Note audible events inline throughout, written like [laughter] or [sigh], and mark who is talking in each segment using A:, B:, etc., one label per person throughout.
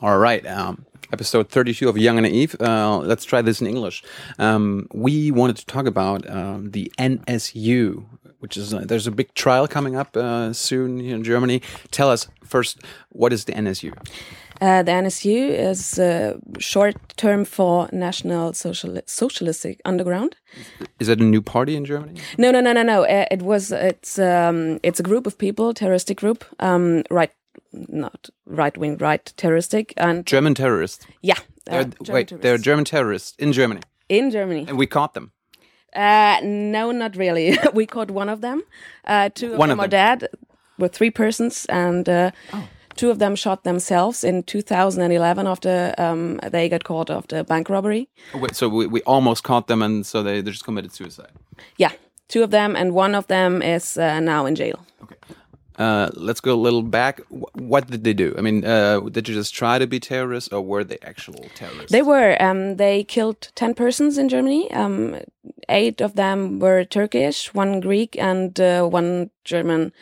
A: All right. Um, episode 32 of Young and Naive. Uh, let's try this in English. Um, we wanted to talk about um, the NSU, which is uh, there's a big trial coming up uh, soon here in Germany. Tell us first, what is the NSU?
B: Uh, the NSU is a short term for National Social Socialistic Underground.
A: Is it a new party in Germany?
B: No, no, no, no, no. Uh, It was it's um, it's a group of people, terroristic group, um, right, not right wing, right terroristic, and
A: German terrorists.
B: yeah,
A: They're-
B: uh, German
A: wait, they're
B: terrorists.
A: German terrorists in Germany,
B: in Germany.
A: and we caught them.
B: Uh, no, not really. [laughs] we caught one of them. Uh, two of
A: One of
B: them
A: Oh.
B: are dead. Were three persons, and uh, two of them shot themselves in 2011 after um, they got caught after bank robbery.
A: Oh, Wait, so we, we almost caught them, and so they, they just committed suicide.
B: Yeah, two of them, and one of them is uh, now in jail.
A: Uh, let's go a little back. Wh- What did they do? I mean, uh, did you just try to be terrorists, or were they actual terrorists?
B: They were. Um, they killed ten persons in Germany. Um, eight of them were Turkish, one Greek, and uh, one German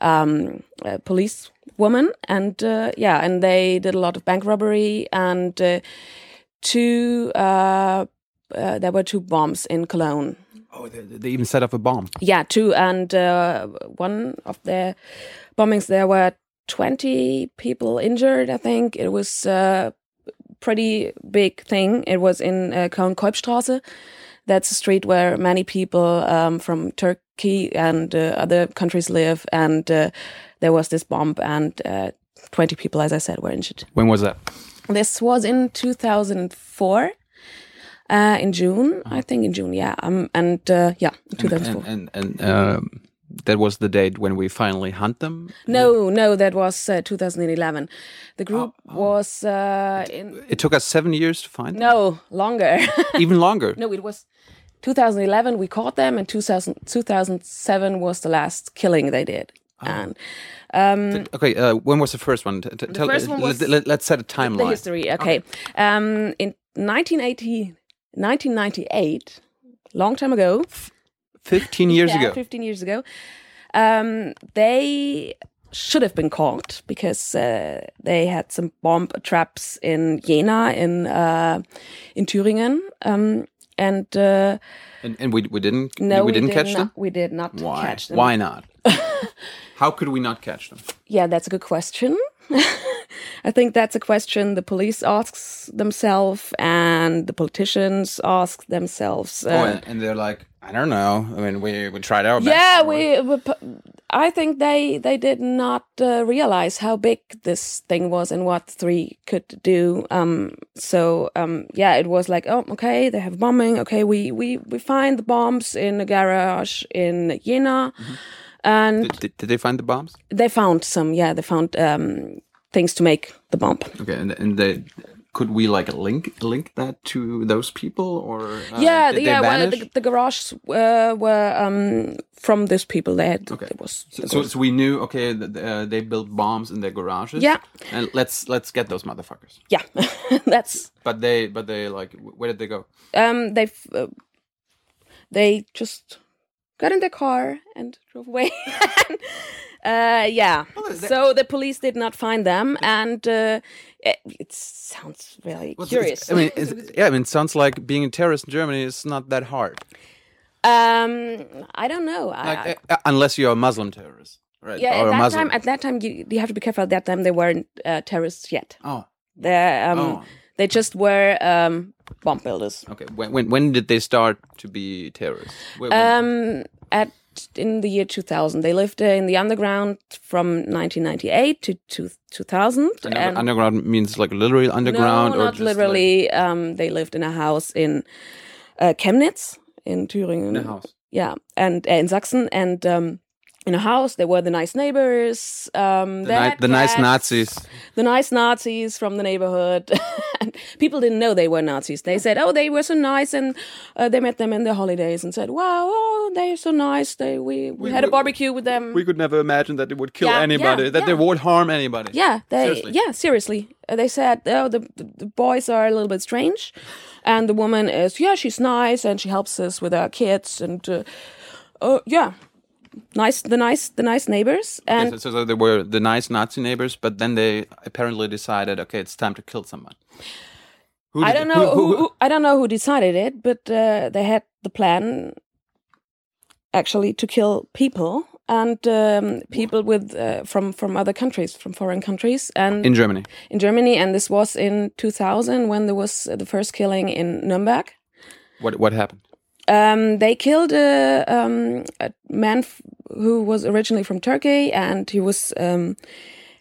B: um, uh, police woman. And uh, yeah, and they did a lot of bank robbery and uh, two. Uh, uh, there were two bombs in Cologne.
A: oh, they, they even set up a bomb.
B: Yeah, two, and uh, one of the bombings there were twenty people injured. I think it was a pretty big thing. It was in uh, Cologne Kolbstraße. That's a street where many people um, from Turkey and uh, other countries live, and uh, there was this bomb, and uh, twenty people, as I said, were injured.
A: When was that?
B: This was in 2004. Uh, in June, I think in June, yeah, um, and uh, yeah, 2004.
A: And and, and um, that was the date when we finally hunt them.
B: No, no, that was uh, 2011. The group was uh, in
A: It took us seven years to find them.
B: no longer. [laughs]
A: Even longer.
B: no, it was 2011. We caught them, and 2000, 2007 was the last killing they did. And
A: Okay, uh, when was the first one? T- t- tell,
B: first one was
A: let, us set a
B: the
A: timeline.
B: history, okay. Um, in 1980, 1998, long time ago,
A: Fifteen years
B: yeah,
A: ago.
B: 15 years ago. Um, they should have been caught because uh, they had some bomb traps in Jena, in uh, in Thüringen. Um, and uh,
A: and, and we, we didn't.
B: no,
A: we, didn't
B: did
A: catch
B: not,
A: them.
B: We did not
A: Why?
B: catch them. Uh,
A: Why
B: [laughs]
A: not? How could we not catch them?
B: Yeah, that's a good question. [laughs] I think that's a question the police asks themselves and the politicians ask themselves.
A: Oh,
B: uh,
A: and, and they're like, I don't know. I mean, we, we tried our best.
B: yeah we, we pu- i think they they did not uh, realize how big this thing was and what three could do um so um yeah it was like oh okay they have bombing okay we we we find the bombs in a garage in jena and
A: Did, did, Mm-hmm. did they find the bombs?
B: they found some yeah they found um things to make the bomb
A: Okay, and, and they could we like link link that to those people or uh,
B: yeah,
A: did they
B: the, yeah. Well,
A: vanish?
B: the, the garages uh, were um, from those people. They had.
A: Okay.
B: It was
A: So, so, so we knew, okay, th- th- uh, they built bombs in their garages.
B: Yeah.
A: and let's let's get those motherfuckers.
B: yeah. [laughs] That's
A: But they, but they like, w- where did they go?
B: um they f- uh, they just got in the car and drove away [laughs] uh yeah so the police did not find them and uh, it, it sounds really
A: What's-
B: curious
A: I mean, it's, yeah, I mean, it sounds like being a terrorist in Germany is not that hard,
B: um i don't know I, Uh, I,
A: like, uh, unless you're a Muslim terrorist, right?
B: yeah,
A: or
B: at
A: a
B: that
A: Muslim.
B: time, at that time, you, you have to be careful. At that time, they weren't uh, terrorists yet.
A: oh,
B: They, um,
A: Oh.
B: they just were um, bomb builders.
A: okay. When, when when did they start to be terrorists? Wh- when-
B: Um, at in the year 2000, they lived uh, in the underground from 1998 to, two 2000.
A: Under-
B: and-
A: underground means like literally underground,
B: um, no,
A: or
B: not
A: just Like
B: literally. Um, they lived in a house in uh, Chemnitz in
A: in
B: Thüringen.
A: a house.
B: Yeah, and uh, in Sachsen, and um, in a house, they were the nice neighbors. Um,
A: The,
B: they
A: ni-
B: had
A: the nice
B: cats,
A: Nazis.
B: the nice Nazis from the neighborhood. [laughs] and people didn't know they were Nazis. They said, "Oh, they were so nice," and uh, they met them in the holidays and said, "Wow, oh, they're so nice. They we, we, had a
A: we-
B: barbecue with them."
A: We could never imagine that they would kill
B: Yeah,
A: anybody,
B: yeah,
A: that they
B: yeah.
A: would harm anybody.
B: yeah, they
A: Seriously.
B: yeah seriously. Uh, They said, "Oh, the, the the boys are a little bit strange," and the woman is yeah, she's nice and she helps us with our kids and uh, uh, yeah. nice the nice the nice neighbors and
A: so, so- so they were the nice Nazi neighbors, but then they apparently decided, okay, it's time to kill someone. Who
B: I
A: did-
B: don't know
A: who- who-
B: who- I don't know who decided it, but uh, they had the plan actually to kill people and um, people with uh, from from other countries, from foreign countries, and
A: in Germany.
B: in Germany. And this was in 2000 when there was uh, the first killing in Nuremberg.
A: What what happened?
B: Um, they killed a, um, a man f- who was originally from Turkey, and he was um,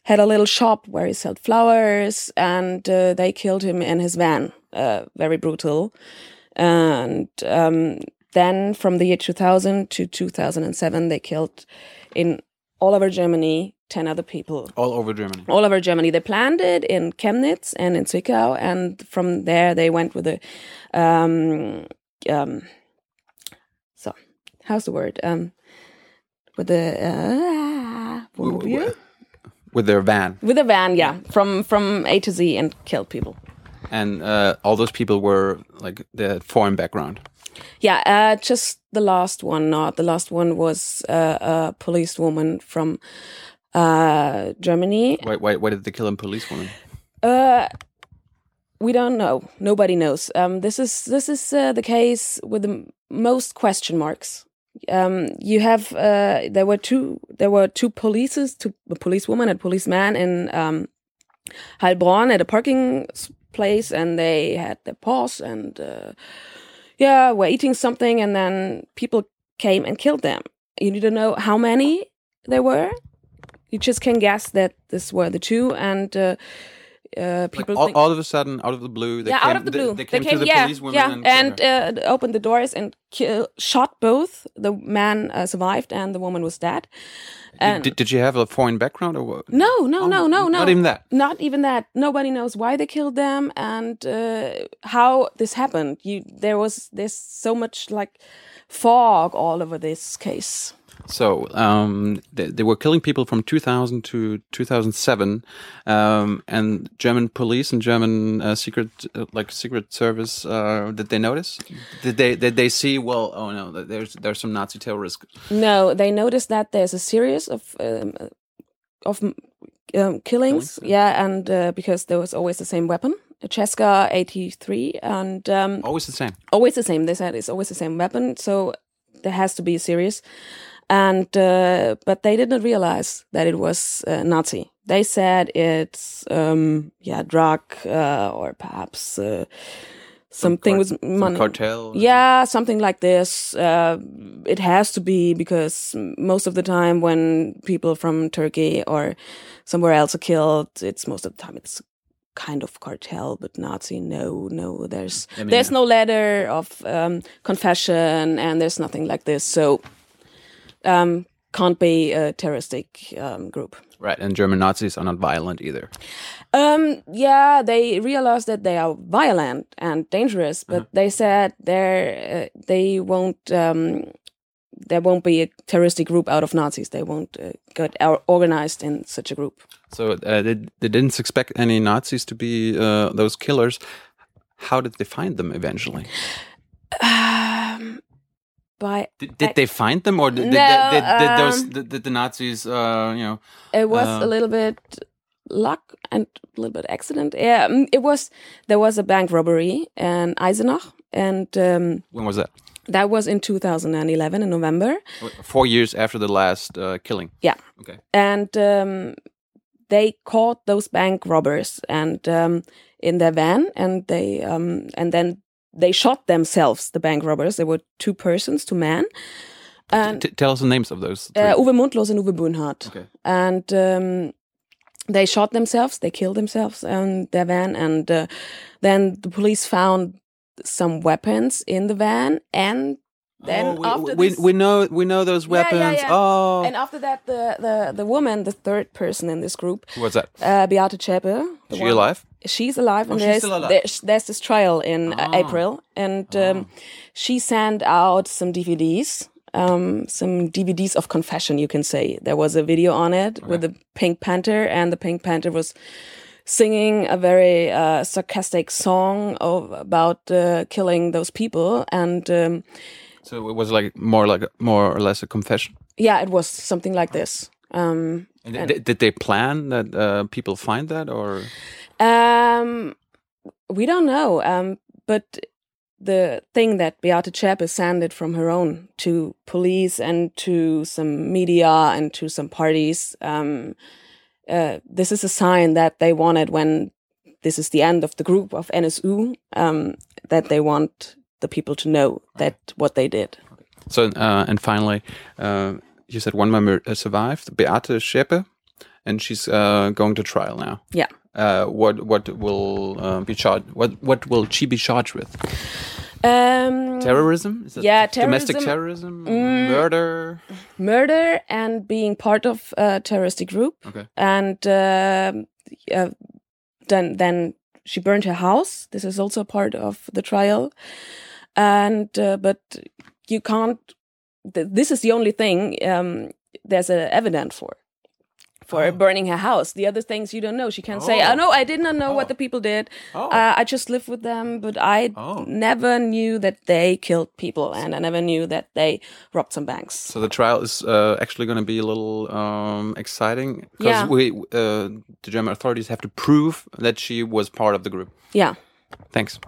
B: had a little shop where he sold flowers, and uh, they killed him in his van. Uh, very brutal. And um, then, from the year 2000 to 2007, they killed in all over Germany ten other people
A: All over Germany.
B: all over Germany. They planned it in Chemnitz and in Zwickau, and from there they went with the, um, um, so how's the word? Um, with the uh,
A: Wi- wi- With their van,
B: with a van, yeah, from from A to Z, and killed people.
A: and uh, all those people were like the foreign background.
B: Yeah, uh, just the last one. Not the last one was uh, a police woman from uh, Germany.
A: Why why, why did they kill a policewoman?
B: Uh, we don't know. Nobody knows. Um, this is this is uh, the case with the m- most question marks. Um, you have uh, there were two there were two polices, two a policewoman and policeman in um, Heilbronn at a parking s- place, and they had their pause and uh, yeah, were eating something, and then people came and killed them. You need to know how many there were. You just can guess that this were the two, and uh, uh, people
A: all,
B: think-
A: all of a sudden, out of the blue, they
B: yeah,
A: came,
B: out of the blue.
A: They, came, to the
B: yeah,
A: policewoman
B: yeah,
A: and, killed
B: and,
A: her.
B: uh, opened the doors and kill, shot both. The man uh, survived and the woman was dead. And
A: did, did she have a foreign background or what?
B: no, no, no, no, no,
A: Um, Not even that.
B: Not even that. Nobody knows why they killed them and uh, how this happened. You, there was there's so much like fog all over this case.
A: So um, they, they were killing people from 2000 to 2007, um, and German police and German uh, secret, uh, like secret service, uh, did they notice? Did they did they see? Well, oh no, th- there's there's some Nazi terrorists.
B: No, they noticed that there's a series of um, of um, killings.
A: Killings,
B: Yeah, and uh, because there was always the same weapon, a Cheska eighty three, and um,
A: Always the same.
B: always the same. They said it's always the same weapon, so there has to be a series. And uh, but they didn't realize that it was uh, Nazi. They said it's um, yeah drug uh, or perhaps uh, something
A: cart-
B: with
A: Some
B: money.
A: cartel.
B: Yeah, something like this. Uh, it has to be because most of the time when people from Turkey or somewhere else are killed, it's most of the time it's kind of cartel, but Nazi. No, no, there's
A: I mean,
B: there's
A: yeah.
B: no letter of um, confession, and there's nothing like this. So um, can't be a terroristic um, group.
A: Right, and German Nazis are not violent either.
B: Um, yeah, they realized that they are violent and dangerous, but they said they uh, they won't um, there won't be a terroristic group out of Nazis. They won't uh, get or- organized in such a group.
A: So uh, they they didn't expect any Nazis to be uh, those killers. How did they find them eventually?
B: Um, by
A: Did, did they find them, or did, did,
B: No,
A: did, did, those
B: um,
A: did, did the Nazis, uh, you know?
B: it was
A: Uh,
B: a little bit luck and a little bit accident. Yeah, um, it was there was a bank robbery in Eisenach, and um,
A: When was that?
B: that was in 2011 in November.
A: Four years after the last uh, killing.
B: Yeah.
A: Okay.
B: and um, they caught those bank robbers and um, in their van and they um, and then they shot themselves the bank robbers there were two persons two men and
A: T- tell us the names of those. Three.
B: uh, Uwe Mundlos and Uwe Bunhardt
A: okay.
B: and um, they shot themselves they killed themselves in their van and uh, then the police found some weapons in the van and then
A: Oh, we,
B: after
A: we,
B: this-
A: we know we know those
B: Yeah,
A: weapons.
B: yeah, yeah.
A: Oh,
B: and after that the, the the woman the third person in this group
A: who was that?
B: uh, Beate Zschäpe. the
A: Is she
B: one-
A: alive?
B: She's alive, and
A: Oh, she's
B: there's,
A: still alive.
B: there's there's this trial in uh,
A: Ah.
B: April, and um, she sent out some DVDs, um, some DVDs of confession, you can say. There was a video on it with the Pink Panther, and the Pink Panther was singing a very uh, sarcastic song of, about uh, killing those people, and um,
A: So it was like more like more or less a confession.
B: Yeah, it was something like this. Um,
A: And th- th- did they plan that uh, people find that or?
B: Um, we don't know. Um, but the thing that Beata Chapel sent from her own to police and to some media and to some parties. Um, uh, this is a sign that they wanted when this is the end of the group of NSU. Um, that they want the people to know that what they did.
A: So uh, and finally, uh, you said one member uh, survived, Beate Schepe, and she's uh, going to trial now.
B: Yeah.
A: Uh, what what will uh, be charged? What what will she be charged with?
B: Um,
A: Terrorism? Is that
B: Yeah, Mm.
A: domestic terrorism, murder.
B: murder and being part of a terroristic group.
A: Okay.
B: And um uh, then then she burned her house. This is also part of the trial. And uh, but you can't. Th- this is the only thing um, there's a evident for. For burning her house, the other things you don't know. She can say,
A: Oh.
B: "Oh no, I did not know what
A: Oh.
B: the people did.
A: Oh.
B: Uh, I just lived with them, but I
A: Oh.
B: never knew that they killed people, and I never knew that they robbed some banks."
A: So the trial is uh, actually going to be a little um, exciting because
B: Yeah.
A: we, uh, the German authorities have to prove that she was part of the group.
B: Yeah.
A: Thanks.